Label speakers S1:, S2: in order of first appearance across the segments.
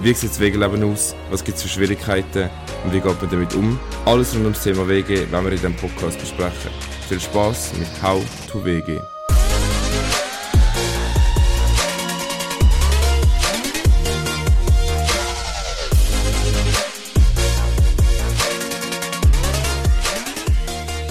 S1: Wie sieht das WG-Leben aus? Was gibt es für Schwierigkeiten? Und wie geht man damit um? Alles rund ums Thema WG werden wir in diesem Podcast besprechen. Viel Spaß mit How to WG.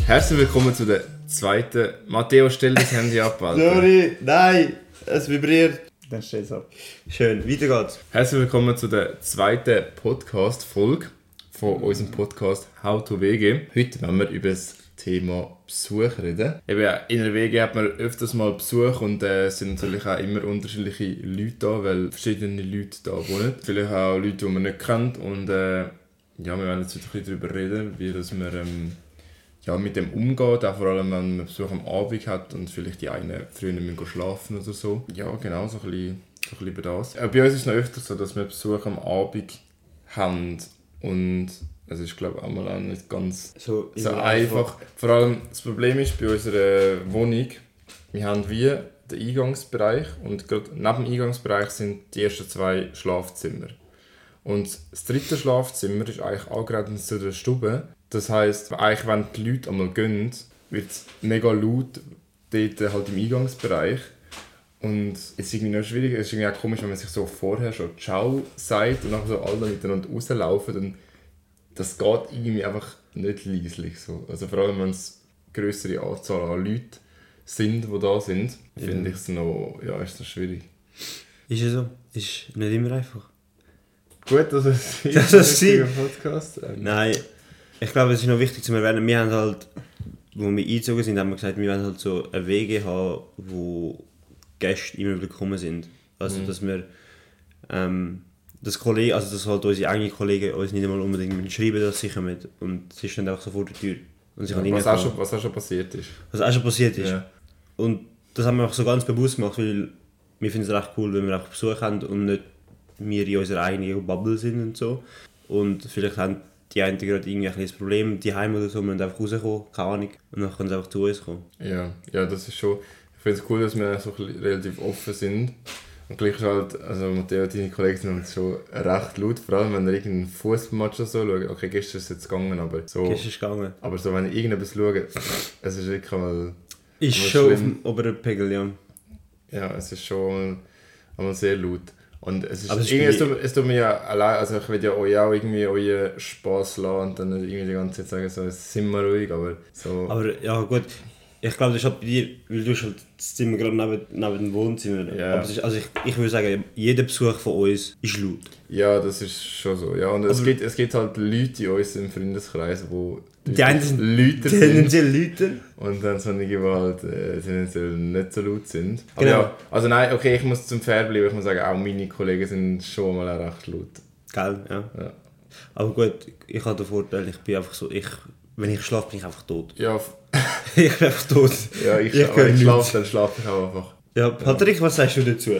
S1: Herzlich willkommen zu der zweiten. Matteo, stell das Handy ab, Alter.
S2: Sorry, nein, es vibriert.
S3: Dann steht es ab.
S2: Schön, weiter geht's.
S1: Herzlich willkommen zu der zweiten Podcast-Folge von unserem Podcast How to WG. Heute wollen wir über das Thema Besuch reden. Eben, ja, in der WG hat man öfters mal Besuch und äh, es sind natürlich auch immer unterschiedliche Leute da, weil verschiedene Leute da wohnen. Vielleicht auch Leute, die man nicht kennt und äh, ja, wir werden jetzt heute ein bisschen darüber reden, wie dass man ähm, ja, mit dem umgeht, auch vor allem wenn man Besuch am Abend hat und vielleicht die einen früher nicht mehr schlafen oder so. Ja, genau, so ein bisschen, so ein bisschen über das. Äh, Bei uns ist es noch öfter so, dass wir Besuch am Abend haben und es ist glaube ich auch mal auch nicht ganz
S2: So,
S1: so Also einfach. Vor allem das Problem ist bei unserer Wohnung, wir haben wie den Eingangsbereich und gerade neben dem Eingangsbereich sind die ersten zwei Schlafzimmer. Und das dritte Schlafzimmer ist eigentlich angeredet zu der Stube. Das heisst, eigentlich wenn die Leute einmal gehen, wird es mega laut dort halt im Eingangsbereich. Und es ist irgendwie noch schwierig, es ist irgendwie auch komisch, wenn man sich so vorher schon Ciao sagt und nachher so alle miteinander rauslaufen, dann das geht irgendwie einfach nicht leislich so. Also vor allem, wenn es größere Anzahl an Leuten sind, die da sind, finde ich es noch, ja, ist das schwierig.
S2: Ist ja so, ist nicht immer einfach.
S1: Gut, dass es
S2: Das ist sie.
S1: Podcast. Ähm,
S2: Nein, ich glaube, es ist noch wichtig zu erwähnen, wir haben halt, wo wir eingezogen sind, haben wir gesagt, wir wollen halt so eine WG haben, wo Gäste immer willkommen sind. Also, dass wir, ähm, das Kollege, also dass halt unsere eigenen Kollegen uns nicht einmal unbedingt müssen schreiben, dass sie kommen. Und sie stehen einfach so vor der Tür. Und sie können
S1: was, auch
S2: reinkommen.
S1: schon, was auch schon passiert ist.
S2: Was auch schon passiert ist.
S1: Ja.
S2: Und das haben wir auch so ganz bewusst gemacht, weil wir finden es recht cool, wenn wir auch Besuch haben und nicht wir in unserer eigenen Bubble sind und so. Und vielleicht haben die einen gerade irgendwie ein kleines Problem, die Heim oder so, und einfach rauskommen, keine Ahnung. Und dann können sie einfach zu uns kommen.
S1: Ja, ja, das ist schon. Ich finde es cool, dass wir so ein bisschen relativ offen sind. Und gleich ist halt, also Matteo und deine Kollegen sind halt schon recht laut, vor allem wenn ihr irgendeinen Fußballmatch oder so schaut. Okay, gestern ist es jetzt gegangen, aber so.
S2: Gestern ist gegangen.
S1: Aber so, wenn ihr irgendetwas schaut, es ist wirklich mal.
S2: Ist
S1: Aber
S2: schon auf
S1: schlimm.
S2: dem oberen Pegel, ja.
S1: Ja, es ist schon einmal sehr laut. Und es ist,
S2: Aber es ist
S1: irgendwie, es,
S2: bei-
S1: tut, es tut mir ja allein, also ich will ja euch auch irgendwie euren Spass lassen und dann nicht irgendwie die ganze Zeit sagen, so, jetzt sind wir ruhig, aber so.
S2: Aber ja, gut. Ich glaube, das ist halt bei dir, weil du hast halt das Zimmer gerade neben, neben dem Wohnzimmer.
S1: Ja.
S2: Aber es ist, also ich, ich würde sagen, jeder Besuch von uns ist laut.
S1: ja, das ist schon so. Ja, und es
S2: Aber-
S1: gibt, es gibt halt Leute in uns im Freundeskreis, wo
S2: Die einen sind
S1: Leute sind
S2: Tendenziell Leute.
S1: und dann so einige, die halt äh, tendenziell nicht so laut sind. Aber
S2: Genau.
S1: ja, also nein, okay, ich muss zum Fair bleiben, ich muss sagen, auch meine Kollegen sind schon mal auch recht laut.
S2: Gell, ja.
S1: Ja.
S2: Aber gut, ich habe den Vorteil, ich bin einfach so, ich, wenn ich schlafe, bin ich einfach tot.
S1: Ja, f-
S2: ich bin einfach tot.
S1: ja ich,
S2: Ich
S1: ich,
S2: geh
S1: ich
S2: nicht.
S1: schlafe, dann schlafe ich auch einfach.
S2: Ja, Patrick, was sagst du dazu?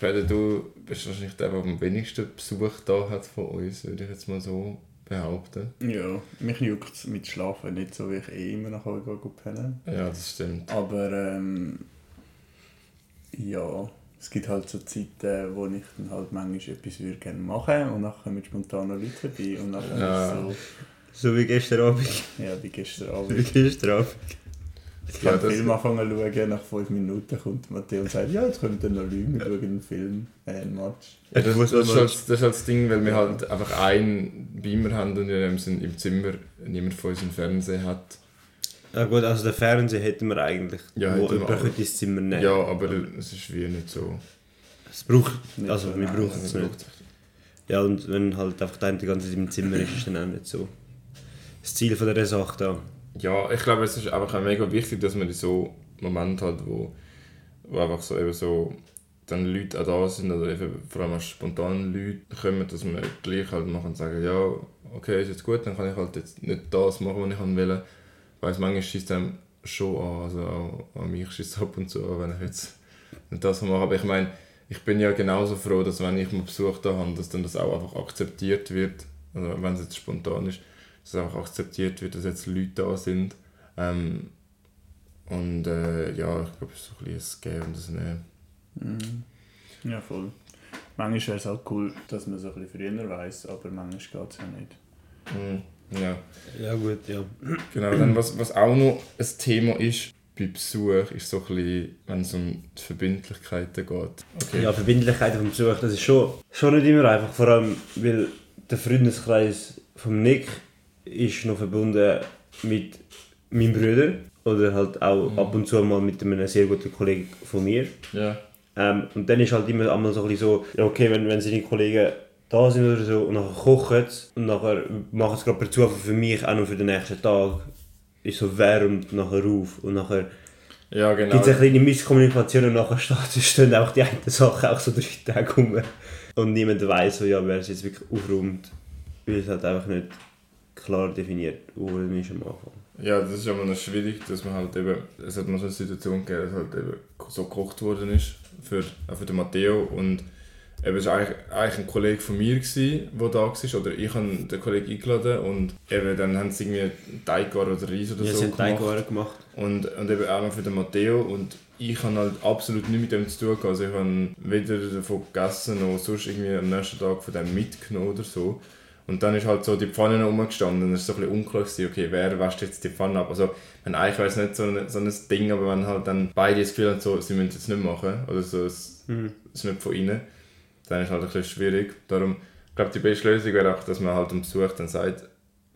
S1: Peter, du bist wahrscheinlich der, der am wenigsten Besuch da hat von uns, würde ich jetzt mal so behaupten.
S3: Ja, mich juckt es mit Schlafen nicht so, wie ich eh immer nach Hause gehe, gehe pennen.
S1: Ja, das stimmt.
S3: Aber ähm, ja, es gibt halt so Zeiten, wo ich dann halt manchmal etwas würde gerne machen und dann kommen spontan noch Leute vorbei und dann
S1: Ja.
S3: ist
S2: So wie gestern Abend.
S3: so, ja, wie gestern
S2: Wie
S3: Abend.
S2: gestern Abend.
S3: Ich
S1: Ja,
S3: habe
S1: das-
S3: einen Film anfangen zu schauen, nach fünf Minuten kommt Matteo und sagt, ja, jetzt kommen dann noch Leute, wir schauen einen Film, äh, einen Match.
S1: Ja, das, das, ist
S2: Fußballmatch.
S1: halt, das ist halt das Ding, weil wir halt einfach einen Beamer haben und in dem Sinn im Zimmer niemand von uns einen Fernseher hat.
S2: Ja gut, also den Fernseher hätten wir eigentlich,
S1: Ja, hätten
S2: wo
S1: wir
S2: jemand
S1: auch.
S2: könnte ins Zimmer nehmen.
S1: Ja, aber es ist wie nicht so.
S2: Es braucht,
S3: Nicht
S2: also
S3: so,
S2: wir
S3: nein,
S2: brauchen es
S1: Also,
S2: nicht. Ja, und wenn halt einfach der eine die ganze Zeit im Zimmer ist, ist dann auch nicht so das Ziel von dieser Sache da.
S1: Ja, ich glaube, es ist einfach auch mega wichtig, dass man in so Momenten hat, wo, wo einfach so eben so dann Leute auch da sind oder eben vor allem auch spontan Leute kommen, dass man gleich halt machen und sagen, ja, okay, ist jetzt gut, dann kann ich halt jetzt nicht das machen, was ich wollte. Ich weiss, manchmal schießt einem schon an, also auch an mich schießt ab und zu an, wenn ich jetzt nicht das mache. Aber ich meine, ich bin ja genauso froh, dass wenn ich mal Besuch da habe, dass dann das auch einfach akzeptiert wird, also wenn es jetzt spontan ist, dass es einfach akzeptiert wird, dass jetzt Leute da sind. Ähm, und äh, ja, ich glaube, es ist so ein bisschen ein Geben und das Nehmen.
S3: Mhm. Ja, voll. Manchmal wäre es halt cool, dass man es ein bisschen früher weiss, aber manchmal geht es ja nicht.
S1: Mhm. Ja.
S2: Ja, gut, ja.
S1: Genau, dann was, was auch noch ein Thema ist bei Besuch, ist so ein bisschen, wenn es um die Verbindlichkeiten geht. Okay.
S2: Ja, Verbindlichkeit vom Besuch, das ist schon, schon nicht immer einfach. Vor allem, weil der Freundeskreis von Nick ist noch verbunden mit meinem Bruder oder halt auch ab und zu mal mit einem sehr guten Kollegen von mir.
S1: Ja.
S2: Ähm, und dann ist halt immer einmal so ein bisschen so, ja okay, wenn, wenn seine Kollegen da sind oder so und nachher kochen sie und nachher machen sie gerade per Zufall für mich auch noch für den nächsten Tag, ist so wärmt nachher auf und nachher
S1: ja, genau.
S2: gibt es eine kleine Misskommunikation und nachher steht, stehen auch die einen Sachen auch so drei Tage rum und niemand weiß so, ja, wer es jetzt wirklich aufräumt, weil es halt einfach nicht klar definiert wurde ist am Anfang.
S1: Ja, das ist ja mal noch schwierig, dass man halt eben, es hat mal so eine Situation gegeben, dass halt eben so gekocht worden ist für, auch für den Matteo und eben es war eigentlich, eigentlich ein Kollege von mir, gewesen, der da war, oder ich habe den Kollegen eingeladen und eben dann haben sie irgendwie Teig oder Reis oder
S2: Ja,
S1: so
S2: sie
S1: gemacht.
S2: haben Teigwaren gemacht.
S1: Und, und eben auch noch für den Matteo. Und ich habe halt absolut nichts mit dem zu tun. gehabt. Also ich habe weder davon gegessen noch sonst irgendwie am nächsten Tag von dem mitgenommen oder so. Und dann ist halt so die Pfanne noch rumgestanden und es ist so ein bisschen unklar gewesen, okay, wer wäscht jetzt die Pfanne ab? Also, wenn eigentlich wäre es nicht so ein, so ein Ding, aber wenn halt dann beide das Gefühl haben, so, sie müssen es jetzt nicht machen, oder so, es
S2: Mhm.
S1: es ist nicht von ihnen, dann ist halt ein bisschen schwierig. Darum, ich glaube, die beste Lösung wäre auch, dass man halt am Besuch dann sagt,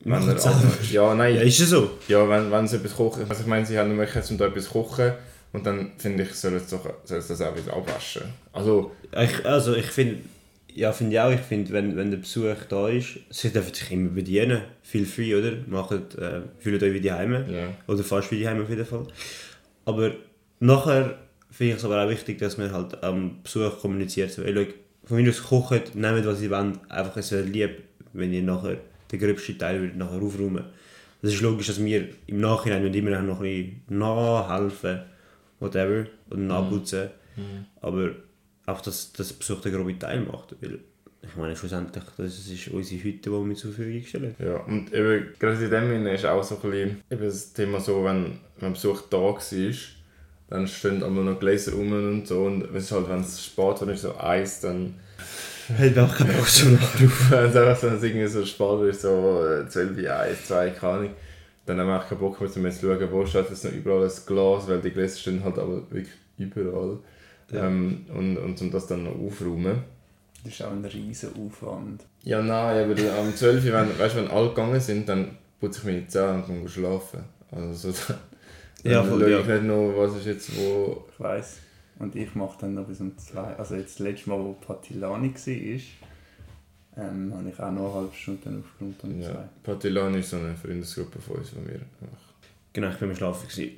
S1: wenn
S2: Macht's
S1: er
S2: selber.
S1: Ja, nein,
S2: Ja, ist ja so.
S1: ja, wenn, wenn sie etwas kochen. Also ich meine, sie haben die Möglichkeit, um da etwas zu kochen. Und dann finde ich, soll es, doch, soll es das auch wieder abwaschen. Also,
S2: Ich, also ich finde, ja finde ich auch, ich finde, wenn, wenn der Besuch da ist, sie dürfen sich immer bedienen. Feel free, oder? Macht, äh, fühlt euch wie die Heime.
S1: ja.
S2: Oder fast wie die Heime auf jeden Fall. Aber nachher finde ich es aber auch wichtig, dass man halt am Besuch kommuniziert. So, ey, schau, von mir aus kocht, nehmt was ihr wollt. Einfach, es wäre lieb, wenn ihr nachher den gröbsten Teil würdet nachher aufräumen Das ist logisch, dass wir im Nachhinein müssen immer noch ein bisschen nachhelfen, whatever, oder nachputzen. Aber auch, dass, dass der Besuch den groben Teil macht. Weil, ich meine, schlussendlich, das ist unsere Hütte, die wir zur Verfügung stellen.
S1: ja. Und eben, gerade in dem Sinne ist auch so ein bisschen eben das Thema so, wenn, wenn Besuch da war, dann stehen einmal noch Gläser rum und so. Und es ist halt, wenn es spät wird, ist so Eis, dann
S2: Hält mir auch keinen Bock zum Nachrufen.
S1: wenn es einfach so- wenn es irgendwie so spät wird, so äh, 12 Uhr, 1, 2, keine Ahnung. Dann haben wir auch keinen Bock mehr, um jetzt zu schauen, wo steht jetzt noch überall ein Glas, weil die Gläser stehen halt aber wirklich überall.
S2: Ja.
S1: Ähm, und, und um das dann noch aufräumen.
S3: Das ist auch ein riesen Aufwand.
S1: Ja, nein, aber du- am 12 Uhr, wenn, weißt, du, wenn alle gegangen sind, dann putze ich meine Zähne und gehe schlafen. Also so, dann
S2: Ja,
S1: dann
S2: voll,
S1: schaue
S2: ja.
S1: ich nicht noch, was ist jetzt wo.
S3: Ich weiss. Und ich mache dann noch bis um zwei. Also jetzt das letzte Mal, wo Patilani war, ähm, habe ich auch noch eine halbe Stunde dann aufgeräumt und um
S1: Ja.
S3: zwei.
S1: Patillan ist so eine Freundesgruppe von uns, von mir. Ach,
S2: Genau, ich bin am Schlafen. Gewesen.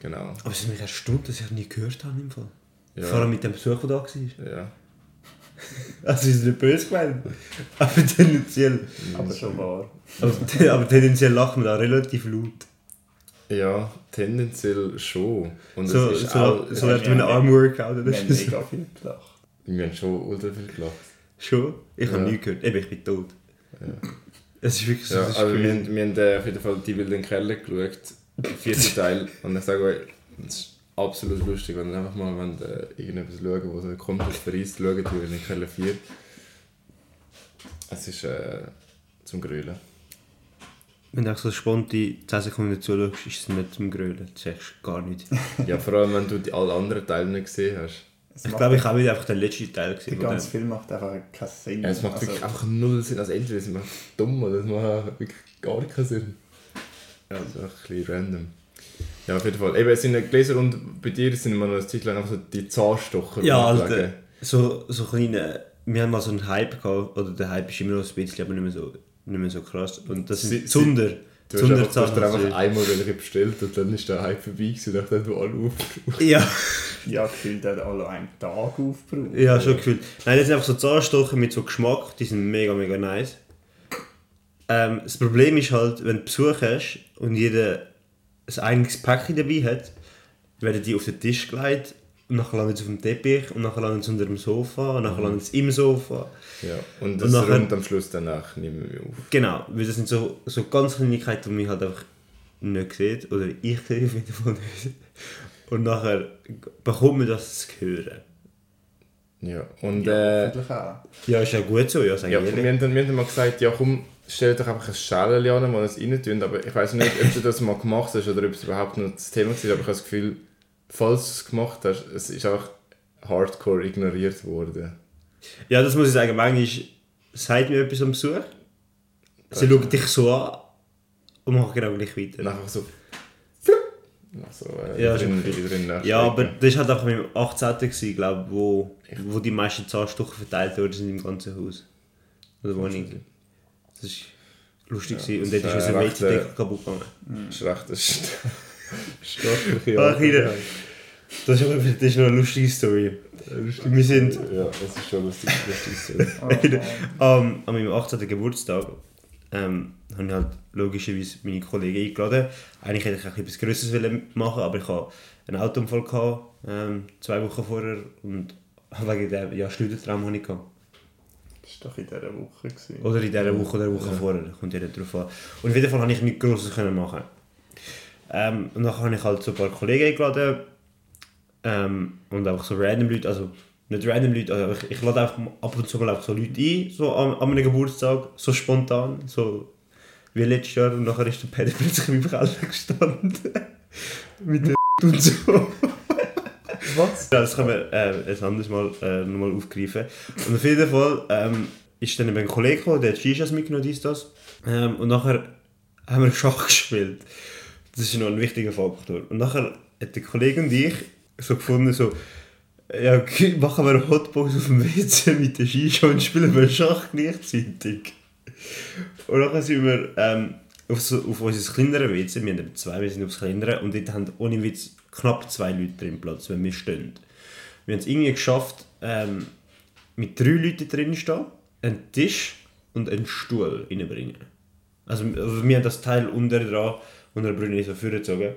S1: Genau.
S2: Aber es hat mich erstaunt, dass ich nie gehört habe. Im Fall. Vor allem
S1: Ja.
S2: mit dem Besuch, der da war.
S1: ja.
S2: Also ist es nicht böse gemeint. Aber tendenziell,
S3: Aber schon wahr.
S2: aber, te- aber tendenziell lacht man da relativ laut.
S1: Ja, tendenziell schon. Und
S2: So,
S1: es ist
S2: so,
S1: auch,
S2: so
S1: es
S2: als
S1: ist,
S2: wenn ein Armworkout
S3: Wir
S2: oder
S3: haben
S2: so.
S3: mega viel gelacht.
S1: wir haben schon ultra viel gelacht.
S2: Schon? Ich habe
S1: Ja.
S2: nie gehört. Eben, ich bin tot.
S1: Ja.
S2: Es ist wirklich so.
S1: Ja,
S2: das ist
S1: aber wir
S2: crazy.
S1: haben, wir haben äh, auf jeden Fall die wilden Kerle geschaut, den vierten Teil. Und ich sage euch, das ist absolut lustig, wenn ihr einfach mal wollt, äh, irgendetwas schauen wo so komplett verreist, schaut die wilden Kerle 4. Es ist äh, zum Grölen.
S2: Wenn du auch so spontan 10 Sekunden zuschaust, ist es nicht zum Grölen. Du sagst gar nichts.
S1: Ja, vor allem, wenn du die alle anderen Teile nicht gesehen hast.
S3: Es
S2: Ich
S3: macht-
S2: glaube, ich habe wieder einfach den letzten Teil gesehen.
S3: der
S2: wo
S3: ganze
S2: dann-
S3: Film macht einfach keinen Sinn.
S1: Ja, es macht
S3: also,
S1: wirklich einfach null Sinn. Also entweder sind wir dumm oder es macht wirklich gar keinen Sinn. Ja, das ist einfach ein bisschen random. Ja, auf jeden Fall. Eben, es sind Gläser und bei dir sind immer noch eine Zeit lang einfach so die Zahnstocher.
S2: Ja, also Alter.
S1: rumgelegen.
S2: So, so kleine. Wir haben mal so einen Hype gehabt, oder der Hype ist immer noch ein bisschen, aber nicht mehr so, nicht mehr so krass. Und das
S1: Sie- sie-
S2: sind Zunder.
S1: Du hast einfach, du hast dir
S2: Zunderzahn-
S1: einfach einmal welche bestellt und dann ist der Hype vorbei gewesen, nachdem du alle aufgerufen
S2: Ja,
S3: Ja, gefühlt hat alle einen Tag aufgeräumt.
S2: ja, schon gefühlt. Nein, das sind einfach so Zahnstocher mit so Geschmack, die sind mega, mega nice. Ähm, das Problem ist halt, wenn du Besuch hast und jeder ein eigenes Päckchen dabei hat, werden die auf den Tisch gelegt und nachher landen sie auf dem Teppich und nachher landen sie unter dem Sofa und
S1: Mhm.
S2: nachher landen sie im Sofa.
S1: Ja, und
S2: Und
S1: das
S2: nachher-
S1: räumt am Schluss danach nicht mehr auf.
S2: Genau, weil das sind so, so ganz Kleinigkeiten, die man halt einfach nicht sieht. Oder ich sehe auf jeden Fall nicht. Und nachher bekommt man das zu hören.
S1: Ja, und äh,
S3: Hoffentlich auch.
S2: Ja, ist ja gut so, ja, sag
S1: ja,
S2: ich
S1: wir,
S2: ehrlich.
S1: haben dann, wir haben dann mal gesagt, ja komm, stell doch einfach ein Schälchen an, mal es rein tun. Aber ich weiß nicht, ob du das mal gemacht hast oder ob es überhaupt noch das Thema war, aber ich habe das Gefühl, falls du es gemacht hast, es ist einfach hardcore ignoriert worden.
S2: Ja, das muss ich sagen, manchmal sagt mir etwas am Besuch, sie schauen dich so an und machen genau gleich weiter.
S1: Und einfach so. flupp, Also, äh,
S2: Ja,
S1: drin,
S2: schon.
S1: viele drin
S2: Ja, aber das war halt einfach im 18. gewesen, glaub, wo, wo die meisten Zahnstuchen verteilt wurden sind im ganzen Haus. Oder Wohnung. Das ist lustig gewesen. und
S1: das
S2: dort ist
S1: ist,
S2: unser
S1: äh,
S2: Mädchendeckel
S1: recht,
S2: kaputt gegangen.
S1: Das ist recht ein st- staatliche
S2: Ah, kleiner.
S1: Angelegenheit.
S2: Das ist, aber- das ist noch eine lustige Story. Wir sind
S1: Ja, es ist schon lustig. lustig
S3: Oh,
S2: am- an meinem 18. Geburtstag ähm, habe ich halt logischerweise meine Kollegen eingeladen. Eigentlich hätte ich auch etwas Größeres wollen machen, aber ich hatte einen Autounfall gehabt, ähm, zwei Wochen vorher und wegen dem ja, Schleudertraum hatte ich. Gehabt.
S3: das war doch in dieser Woche. Gewesen.
S2: Oder in dieser Woche oder der Woche vorher, kommt ja nicht drauf an. Und auf jeden Fall konnte ich nichts Grosses können machen. Ähm, und dann habe ich halt so ein paar Kollegen eingeladen. Ähm, und einfach so random Leute, also nicht random Leute, aber ich, ich lade einfach ab und zu mal einfach so Leute ein, so an, an einem Geburtstag, so spontan, so wie letztes Jahr. Und nachher ist der Peter plötzlich im Keller gestanden. Mit der und so.
S3: Was?
S2: Ja, das können wir äh, ein anderes Mal äh, nochmal aufgreifen. Und auf jeden Fall ähm, ist dann eben ein Kollege gekommen, der hat Shishas mitgenommen, dies, das. Ähm, und nachher haben wir Schach gespielt. Das ist noch ein wichtiger Faktor. Und nachher hat der Kollege und ich so gefunden, so, ja, okay, machen wir eine Hotbox auf dem WC mit der Shisha und spielen wir Schach gleichzeitig. Und dann sind wir ähm, auf, so, auf unser kleinere WC, wir haben eben zwei, wir sind aufs kleinere, und dort haben ohne Witz knapp zwei Leute drin Platz, wenn wir stehen. Wir haben es irgendwie geschafft, ähm, mit drei Leuten drin stehen, einen Tisch und einen Stuhl reinbringen. Also, also wir haben das Teil unter dran, unter der Brüne so vorgezogen.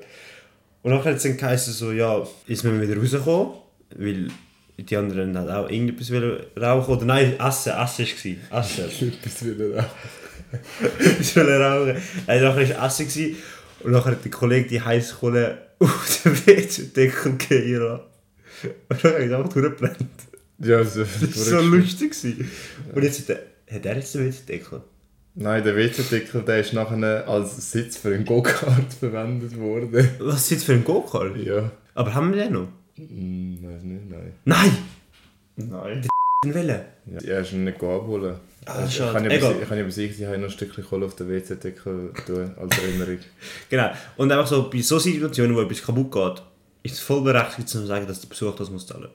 S2: Und nachher hat es dann geheißen, so, ja, jetzt müssen wir wieder rauskommen, weil die anderen halt auch irgendetwas wollen rauchen oder nein, Essen, Essen war es. Essen.
S1: Etwas wieder auch.
S2: Ich will rauchen. Also nachher war es Essen gewesen. und nachher hat der Kollege die heiße Kohle auf den WC-Deckel gegeben. Und dann habe ich einfach durchgebrannt.
S1: Ja, so,
S2: Das war so lustig. gewesen. Und jetzt hat er, hat er jetzt den WC-Deckel.
S1: Nein, der WC-Deckel der ist nachher als Sitz für einen Go-Kart verwendet worden.
S2: Was ist jetzt für ein Gokal?
S1: Ja.
S2: Aber haben wir den noch?
S1: Hm, weiß nicht, nein.
S2: Nein!
S3: Nein.
S2: Den Welle.
S1: Ja. Er ist ihn nicht abholen.
S2: Ah,
S1: ich, ich
S2: schade.
S1: kann ja
S2: Egal.
S1: besi- ich kann ja besichern, ich habe noch ein Stückchen Kohle auf den WC-Deckel tun, als Erinnerung.
S2: Genau. Und einfach so bei so Situationen, wo etwas kaputt geht, ist es voll berechtigt zu sagen, dass der Besuch das muss zahlen.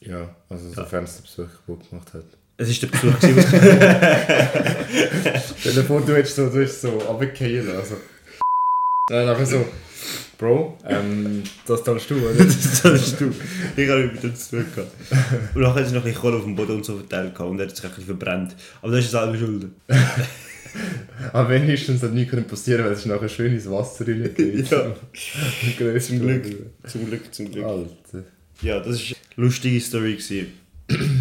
S1: Ja, also sofern es der Besuch kaputt gemacht hat.
S2: Es ist der Besuch, gewesen,
S1: Stell dir vor, du hättest so, du hättest so runtergefallen, also... Nein, nachher so... Bro, ähm, das zahlst du, oder?
S2: das zahlst du. Ich habe mit dem zu tun gehabt. Und nachher hat es noch ein bisschen Kohle auf dem Boden und so verteilt gehabt und er hat sich ein bisschen verbrannt. Aber das ist selber schuld.
S1: Aber wenigstens hat nichts passieren weil es ist nachher schön ins Wasser reingeht.
S2: Ja.
S1: Zum
S2: Zum Glück, zum
S1: Alter.
S2: Ja, das war eine lustige Story. gewesen.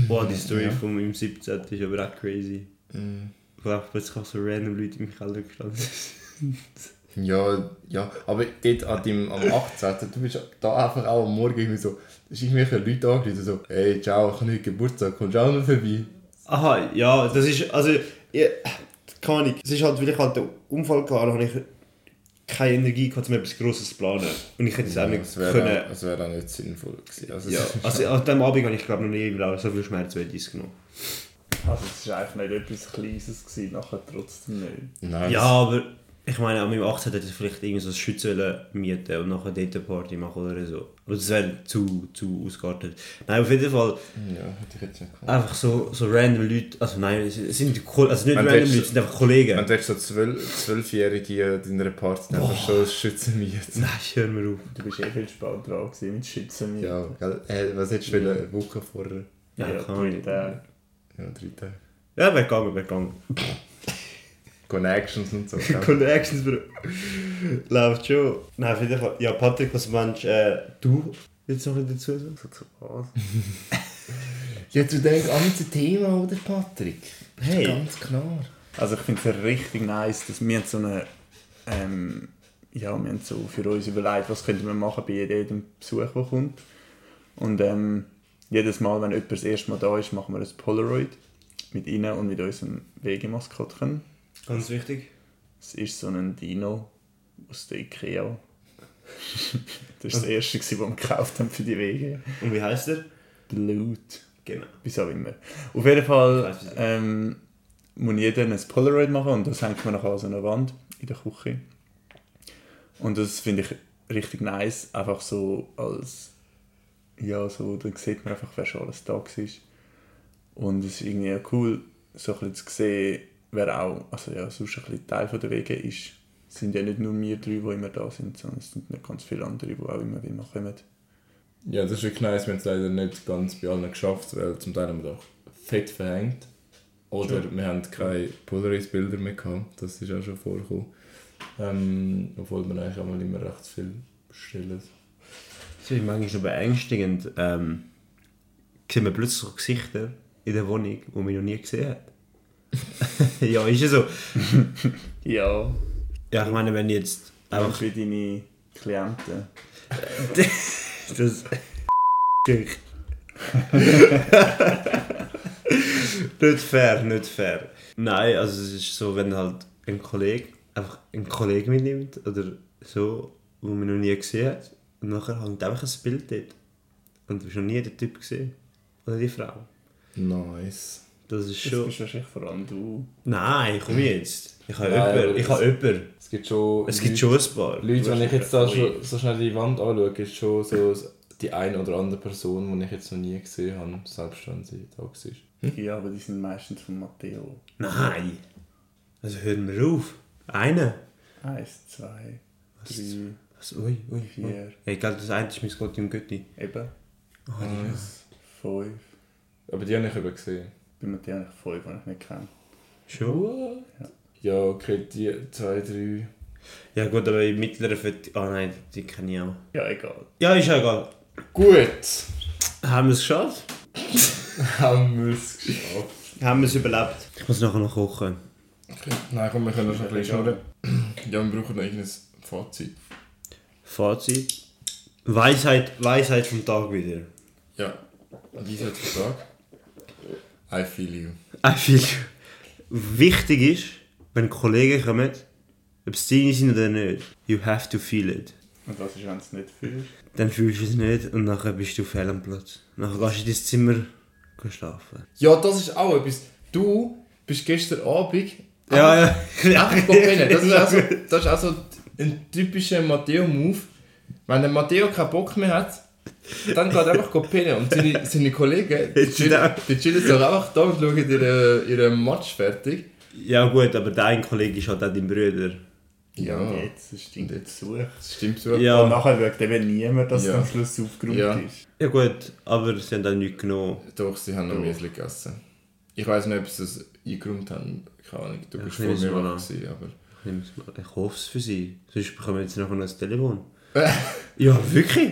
S2: Boah, die Story von meinem 17. ist aber auch crazy. Ich glaube, plötzlich auch so random Leute im Keller gestanden sind.
S1: Ja, ja, aber dort an deinem, am 18. du bist da einfach auch am Morgen irgendwie so, es ist irgendwelche Leute angerufen, so, hey, ciao, ich habe heute Geburtstag, kommst du auch noch vorbei?
S2: Aha, ja, das ist, also, ja, keine Ahnung. Es ist halt, weil ich halt den Unfall hatte, habe ich keine Energie gehabt, um etwas Grosses zu planen. Und ich hätte es auch nicht
S1: Das wäre
S2: können.
S1: auch, das wäre auch nicht sinnvoll gewesen. Also,
S2: Ja,
S1: es-
S2: also an diesem Abend habe ich glaube noch nie im Laufe so viel Schmerz wie dies genommen.
S3: Also, es war eigentlich nicht etwas Kleines, gewesen, nachher trotzdem nicht.
S1: Nein,
S2: Ja, aber ich meine, an meinem 18 hätte ich vielleicht irgendwie so ein Schützöl mieten und nachher dort eine Party machen oder so. Aber das wäre zu, zu ausgeartet. Nein, auf jeden Fall
S1: das- ja, hätte ich jetzt nicht gehabt.
S2: einfach so, so random Leute, also nein, es es sind, Ko- also nicht
S1: Wenn du
S2: random
S1: jetzt-
S2: Leute, es sind einfach Kollegen.
S1: Wenn du jetzt so zwölf- zwölfjährige in deiner Party dann hast du schon schützen mieten.
S2: Nein, hör mir auf.
S3: Du bist eh viel spät dran gewesen mit Schützen.
S1: Ja, gell? Hey, was hättest du wollen, eine Woche vorher?
S3: ja,
S2: Ja,
S3: ja
S2: kann man
S3: drei
S2: nicht.
S3: Tage.
S1: Ja, drei Tage.
S2: Ja, wäre gegangen, wäre gegangen.
S1: Connections und so. gell?
S2: Connections, Bro. Läuft schon. Nein, auf jeden Fall. Ja, Patrick, was meinst äh, du jetzt noch dazu? sagen?
S3: So zu was?
S1: Ja, zu dem ganzen Thema, oder Patrick?
S2: Hey.
S1: Ganz klar.
S3: Also ich finde es ja richtig nice, dass wir so eine, ähm, ja, wir haben so für uns überlegt, was könnten wir machen bei jedem Besuch, der kommt. Und ähm, Jedes Mal, wenn jemand das erste Mal da ist, machen wir ein Polaroid mit ihnen und mit unserem Wegemaskottchen.
S2: Ganz wichtig.
S3: Es ist so ein Dino aus der Ikea. das war das erste, gewesen, das wir gekauft haben für die Wege.
S2: Und wie heißt er?
S3: Der Loot.
S2: Genau.
S3: Wieso auch immer. Auf jeden Fall
S2: Ich weiss es nicht.
S3: ähm, muss jeder ein Polaroid machen und das hängt man nachher an so einer Wand in der Küche. Und das finde ich richtig nice, einfach so als. Ja, so, dann sieht man einfach, wer schon alles da war. Und es ist irgendwie auch cool, so ein bisschen zu sehen, wer auch, also ja, sonst ein bisschen Teil von der Wege ist. Es sind ja nicht nur wir drei, die immer da sind, sondern es sind noch ganz viele andere, die auch immer wieder kommen.
S1: Ja, das ist wirklich nice, wir haben es leider nicht ganz bei allen geschafft, weil zum Teil haben wir doch fett verhängt. Oder wir haben keine Polaroid-Bilder mehr gehabt, das ist auch schon vorgekommen. Ähm, obwohl wir eigentlich auch mal immer recht viel bestellen.
S2: Das ist manchmal schon beängstigend. Ähm, sieht man plötzlich so Gesichter in der Wohnung, die man noch nie gesehen hat. ja, ist ja so.
S3: Ja,
S2: Ja, ich meine, wenn jetzt
S3: auch
S2: einfach...
S3: für deine Klienten.
S2: das... nicht fair, nicht fair. Nein, also es ist so, wenn halt ein Kollege einfach einen Kollegen mitnimmt oder so, wo man noch nie gesehen hat, und nachher hängt einfach ein Bild dort. Und du hast noch nie den Typ gesehen. Oder die Frau.
S1: Nice.
S2: Das ist
S3: Das
S2: schon...
S3: bist wahrscheinlich vor allem du.
S2: Nein, komm jetzt. Ich habe
S1: Nein,
S2: jemanden.
S1: aber
S2: Ich habe jemanden.
S1: Es gibt schon.
S2: Es gibt schon ein paar.
S1: Leute, wenn ich jetzt da schon so schnell die Wand anschaue, ist schon so die eine oder andere Person, die ich jetzt noch nie gesehen habe, selbst wenn sie da war.
S3: Ja, aber die sind meistens von Matteo.
S2: Nein. Also hören wir auf. Einer.
S3: Eins, zwei, drei,
S2: Was? Ui, ui, ui.
S3: vier,
S2: Hey, gell, das eine ist mein Gott im Götti.
S3: eben,
S1: Ah, Nice.
S3: fünf.
S1: Aber die habe ich eben gesehen.
S3: Bei Matteo habe ich fünf, die ich nicht kenne.
S2: Schon?
S1: Ja, okay, die zwei, drei.
S2: Ja gut, aber im mittleren Viertel... Ah nein, die kenne ich auch.
S3: Ja, egal.
S2: Ja, ist ja egal.
S1: Gut!
S2: Haben wir es geschafft?
S1: Haben wir es geschafft.
S2: Haben wir es überlebt? Ich muss nachher noch kochen.
S1: Nein, komm, wir können noch ein bisschen schnurren. Ja, wir brauchen noch irgendein Fazit.
S2: Fazit. Weisheit, Weisheit vom Tag wieder.
S1: Ja. Wie ist jetzt gesagt? I feel you.
S2: I feel you. Wichtig ist, wenn Kollegen kommen, ob es deine sind oder nicht, you have to feel it.
S3: Und was ist, wenn du es nicht fühlst?
S2: Dann fühlst du es nicht und nachher bist du fehl am Platz. Nachher gehst du in dein Zimmer gehst schlafen.
S1: Ja, das ist auch etwas. Du bist gestern Abend.
S2: Ja, ja.
S1: Einfach go pennen. Das ist auch so, das ist auch so ein typischer Matteo-Move. Wenn der Matteo keinen Bock mehr hat, dann geht er einfach go pennen. Und seine, seine Kollegen, die chillen,
S2: genau.
S1: die chillen so einfach da und schauen ihren, ihren Match fertig.
S2: ja gut, aber dein Kollege ist halt auch dein Bruder.
S1: Ja.
S3: Und jetzt ist dein Besuch.
S1: Das stimmt so.
S3: Und
S2: Ja.
S3: nachher schaut eben niemand, dass
S1: Ja.
S3: es am Schluss aufgeräumt
S1: Ja.
S3: ist.
S2: ja gut, aber sie haben auch nichts genommen.
S1: Doch, sie haben noch Müsli gegessen. Ich weiß nicht, ob sie es eingeräumt haben. Keine Ahnung, du
S2: Ja,
S1: bist
S2: ich
S1: vor
S2: nehme
S1: mir
S2: es mal
S1: wach
S2: an.
S1: gewesen, aber...
S2: Ich nehm's mal- Ich hoffe es für sie. Sonst bekommen wir jetzt nachher noch das Telefon. ja, wirklich?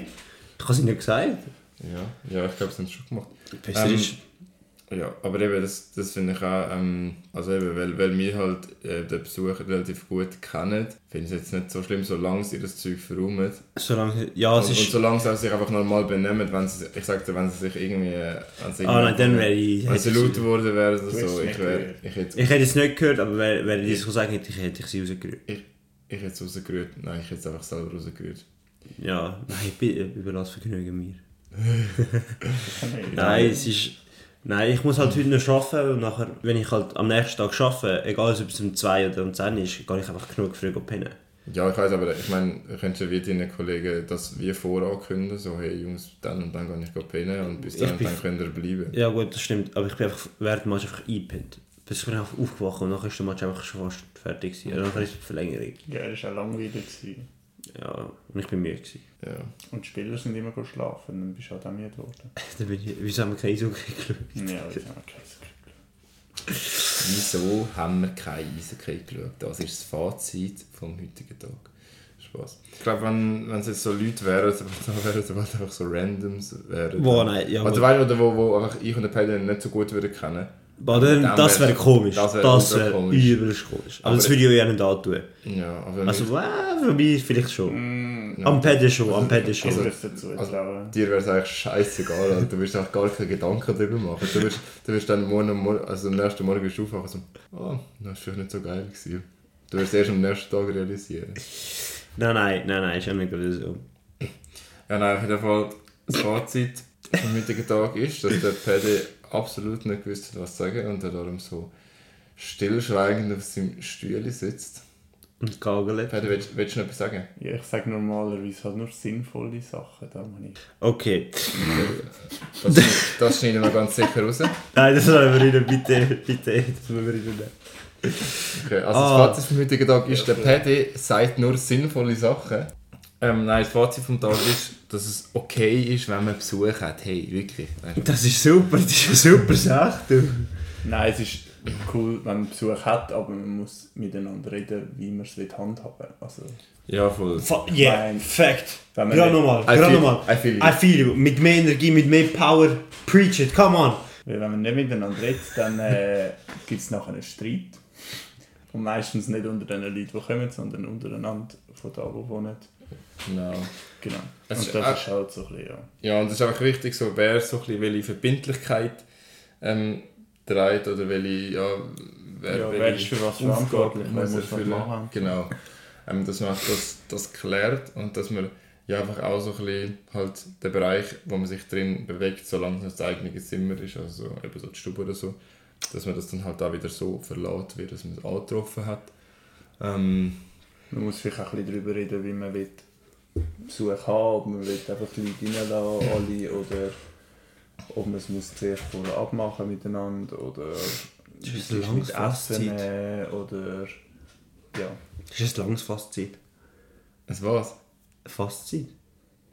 S2: Ich habe es ihnen gesagt.
S1: Ja, ja ich glaube, sie haben es schon gemacht.
S2: Besser
S1: Ähm,
S2: ist...
S1: Ja, aber eben, das, das finde ich auch, ähm, also eben, weil, weil wir halt äh, den Besuch relativ gut kennen, finde ich es jetzt nicht so schlimm, solange sie das Zeug verräumen.
S2: Solange, ja,
S1: Und,
S2: es
S1: und
S2: ist...
S1: solange sie sich einfach normal benehmen, wenn sie, ich sagte, wenn sie sich irgendwie... äh, Wenn sie
S2: Ah
S1: irgendwie-
S2: nein, dann wäre ich...
S1: Wenn sie
S2: hätte
S1: laut geworden wären oder
S3: Du hast
S1: so,
S3: es
S1: ich
S3: nicht
S1: wäre...
S3: gehört.
S1: Ich hätte
S2: Ich hätte es nicht gehört, aber wenn, wenn ich das gesagt hätte, ich hätte ich sie rausgerührt.
S1: ich, ich hätte es rausgerührt. Nein, ich hätte es einfach selber rausgerührt.
S2: Ja, nein, bitte überlass Vergnügen mir.
S3: Nein.
S2: Nein, es ist... Nein, ich muss halt heute noch arbeiten und nachher, wenn ich halt am nächsten Tag arbeite, egal ob es um 2 oder um 10 ist, gehe ich einfach genug früh pennen.
S1: Ja, ich weiß, aber ich meine, du könntest ja wie deinen Kollegen das wie vorankündigen, so hey Jungs, dann und dann kann ich gehen pennen und bis
S2: Ich
S1: dann und
S2: bin-
S1: dann könnt ihr bleiben.
S2: Ja gut, das stimmt, aber ich bin einfach während dem Match einfach eingepennt. Bis ich bin einfach aufgewacht und nachher ist der Match einfach schon fast fertig gewesen. Und nachher ist die Verlängerung.
S3: Ja, er war auch langweilig. Gewesen.
S2: Ja, und ich bin müde gewesen.
S1: Ja.
S3: Und die Spieler sind immer schlafen, dann bist du halt auch müde geworden.
S2: Dann bin ich... Wieso haben wir keinen Eishockey geschaut?
S3: Ja, das ist auch kein Glück.
S1: Wieso haben wir keinen Eishockey geschaut? Das ist das Fazit vom heutigen Tag. Spaß. Ich glaube, wenn, wenn es jetzt so Leute wären, die wären, die halt einfach so Randoms wären.
S2: Boah, nein, ja
S1: ja, also,
S2: gut.
S1: weißt du, wo, wo einfach ich und der Pedro nicht so gut würden kennen.
S2: Boah, dann,
S1: Dann
S2: das wäre
S1: wär's-
S2: komisch.
S1: das wär
S2: Das wäre
S1: ultra
S2: wär
S1: komisch.
S2: übelst komisch. Aber,
S1: Aber
S2: das würde ich euch ja nicht antun.
S1: Ja, aber
S2: Also,
S1: wir-
S2: wow, für mich vielleicht schon.
S3: Mm,
S1: nicht.
S2: Am Pedal schon, am Pedal
S3: Ich
S2: schon.
S3: würde dazu
S1: also-
S3: trauen.
S1: Dir wäre es eigentlich scheißegal, Alter. du wirst auch gar keine Gedanken darüber machen. Du wirst, du wirst dann morgen, am Mor- also am nächsten Morgen wirst du aufwachen und so, oh, das war vielleicht nicht so geil. Gewesen. Du wirst erst am nächsten Tag realisieren.
S2: Nein, nein, nein, nein, ist auch nicht gerade so.
S1: Ja, nein, auf jeden Fall, das Fazit vom heutigen Tag ist, dass der PD absolut nicht gewusst hat, was zu sagen und er darum so stillschweigend auf seinem Stühle sitzt.
S2: Und gagelt.
S1: PD, willst, willst du noch etwas sagen?
S3: Ja, ich sage normalerweise halt nur sinnvolle Sachen. Da muss ich.
S2: Okay.
S1: Das, schneid- das schneiden wir ganz sicher raus.
S2: Nein, das sollen wir rein, bitte, bitte. Das sollen wir rein.
S1: Okay, also
S2: Ah.
S1: das Fazit vom heutigen Tag ist, der PD sagt nur sinnvolle Sachen. Ähm, nein, das Fazit vom Tag ist, dass es okay ist, wenn man Besuch hat. Hey, wirklich. Weißt du?
S2: Das ist super, das ist eine super Sache, du.
S3: Nein, es ist cool, wenn man Besuch hat, aber man muss miteinander reden, wie man es will handhaben Also,
S1: Ja, voll.
S2: Fa- Yeah,
S3: Nein.
S2: fact.
S3: Wenn man
S2: Gerade
S3: nicht-
S2: nochmal,
S1: I
S2: gerade
S1: feel-
S2: nochmal.
S1: I feel you.
S2: I feel you. Mit mehr Energie, mit mehr Power. Preach it, come on.
S3: weil wenn man nicht miteinander redet, dann äh, gibt es nachher einen Streit. Und meistens nicht unter den Leuten, die kommen, sondern untereinander, von da, wo wohnen.
S1: Genau.
S3: Genau.
S1: Es ist-
S3: Und das ist halt so ein bisschen, ja.
S1: Ja, und es ist einfach wichtig, so, wer so ein bisschen welche Verbindlichkeit ähm, trägt oder welche, ja, wer,
S3: Ja, wer ist
S1: welche
S3: für was
S1: Aufgaben
S3: verantwortlich, wer
S1: muss
S3: muss was
S1: erfüllen.
S3: machen.
S1: Genau. Ähm, dass man das, das klärt und dass man ja einfach auch so ein bisschen halt den Bereich, wo man sich drin bewegt, solange es nicht das eigene Zimmer ist, also so, eben so die Stube oder so, dass man das dann halt auch wieder so verlässt, wie dass man es angetroffen hat. Ähm,
S3: Man muss vielleicht auch ein bisschen darüber reden, wie man will Besuch haben ob man will einfach die Leute reinlassen alle, oder ob man es muss zuerst vorher abmachen miteinander oder
S2: Das ist
S3: wie
S2: ein
S3: es
S2: langes
S3: mit Essen
S2: Fazit.
S3: äh, oder ja.
S2: Das ist ein langes Fazit.
S1: es war's.
S2: Fazit?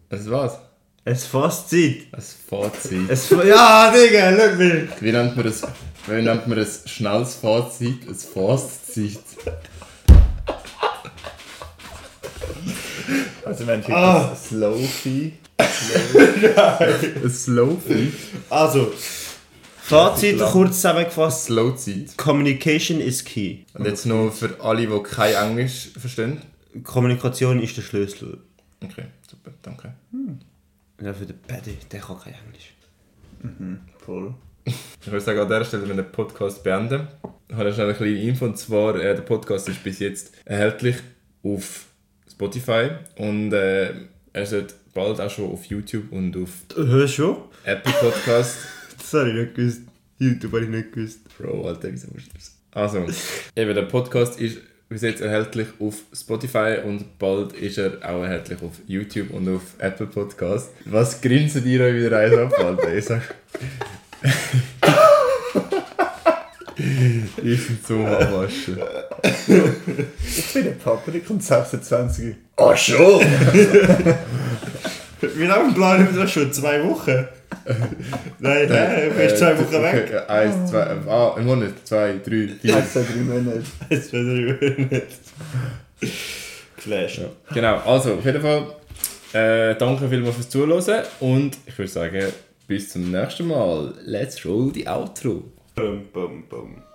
S1: Es war's.
S2: Ein Fazit.
S1: Es Fazit.
S2: Es ja, Digga, schau mich.
S1: Wie nennt man das? Wie nennt man das schnelles Fazit? Ein Fazit.
S3: Also wenn ich
S2: Ah.
S3: das Slow Fee
S1: Ein Slow Feed?
S2: Also, Fazit kurz zusammengefasst.
S1: Slow Zeit.
S2: Communication is key.
S1: Und jetzt noch für alle, die kein Englisch verstehen.
S2: Kommunikation ist der Schlüssel.
S1: Okay, super, danke.
S2: Ja, für den Paddy, der kann kein Englisch.
S3: voll.
S1: Ich würde sagen, an dieser Stelle wenn wir den Podcast beenden. Ich habe schnell eine kleine Info. Und zwar, äh, der Podcast ist bis jetzt erhältlich auf Spotify. Und äh, er sollte bald auch schon auf YouTube und auf
S2: Du hörst schon?
S1: Apple Podcast.
S2: Das habe ich nicht gewusst. YouTube habe ich nicht gewusst.
S1: Bro, Alter, wieso musst du das? Also, eben, der Podcast ist bis jetzt erhältlich auf Spotify und bald ist er auch erhältlich auf YouTube und auf Apple Podcast. Was grinsen ihr euch wieder eins ab, Alter? Ich sag... Ich bin so am Waschen.
S3: Ich bin in Paprik und 26.
S1: Oh,
S2: Ah,
S1: schon?
S2: Wie lange planen wir das schon? Zwei Wochen? Nein, äh, hä? Du bist zwei Wochen weg.
S1: Okay, Äh, eins, zwei, äh, ah, ein Monat, zwei, drei, vier.
S3: Also drei Monate.
S2: Jetzt bin ich nicht. Flash.
S1: Ja. Genau, also auf jeden Fall äh, danke vielmals fürs Zuhören und ich würde sagen, bis zum nächsten Mal. Let's roll the outro.
S2: Bum, bum, bum.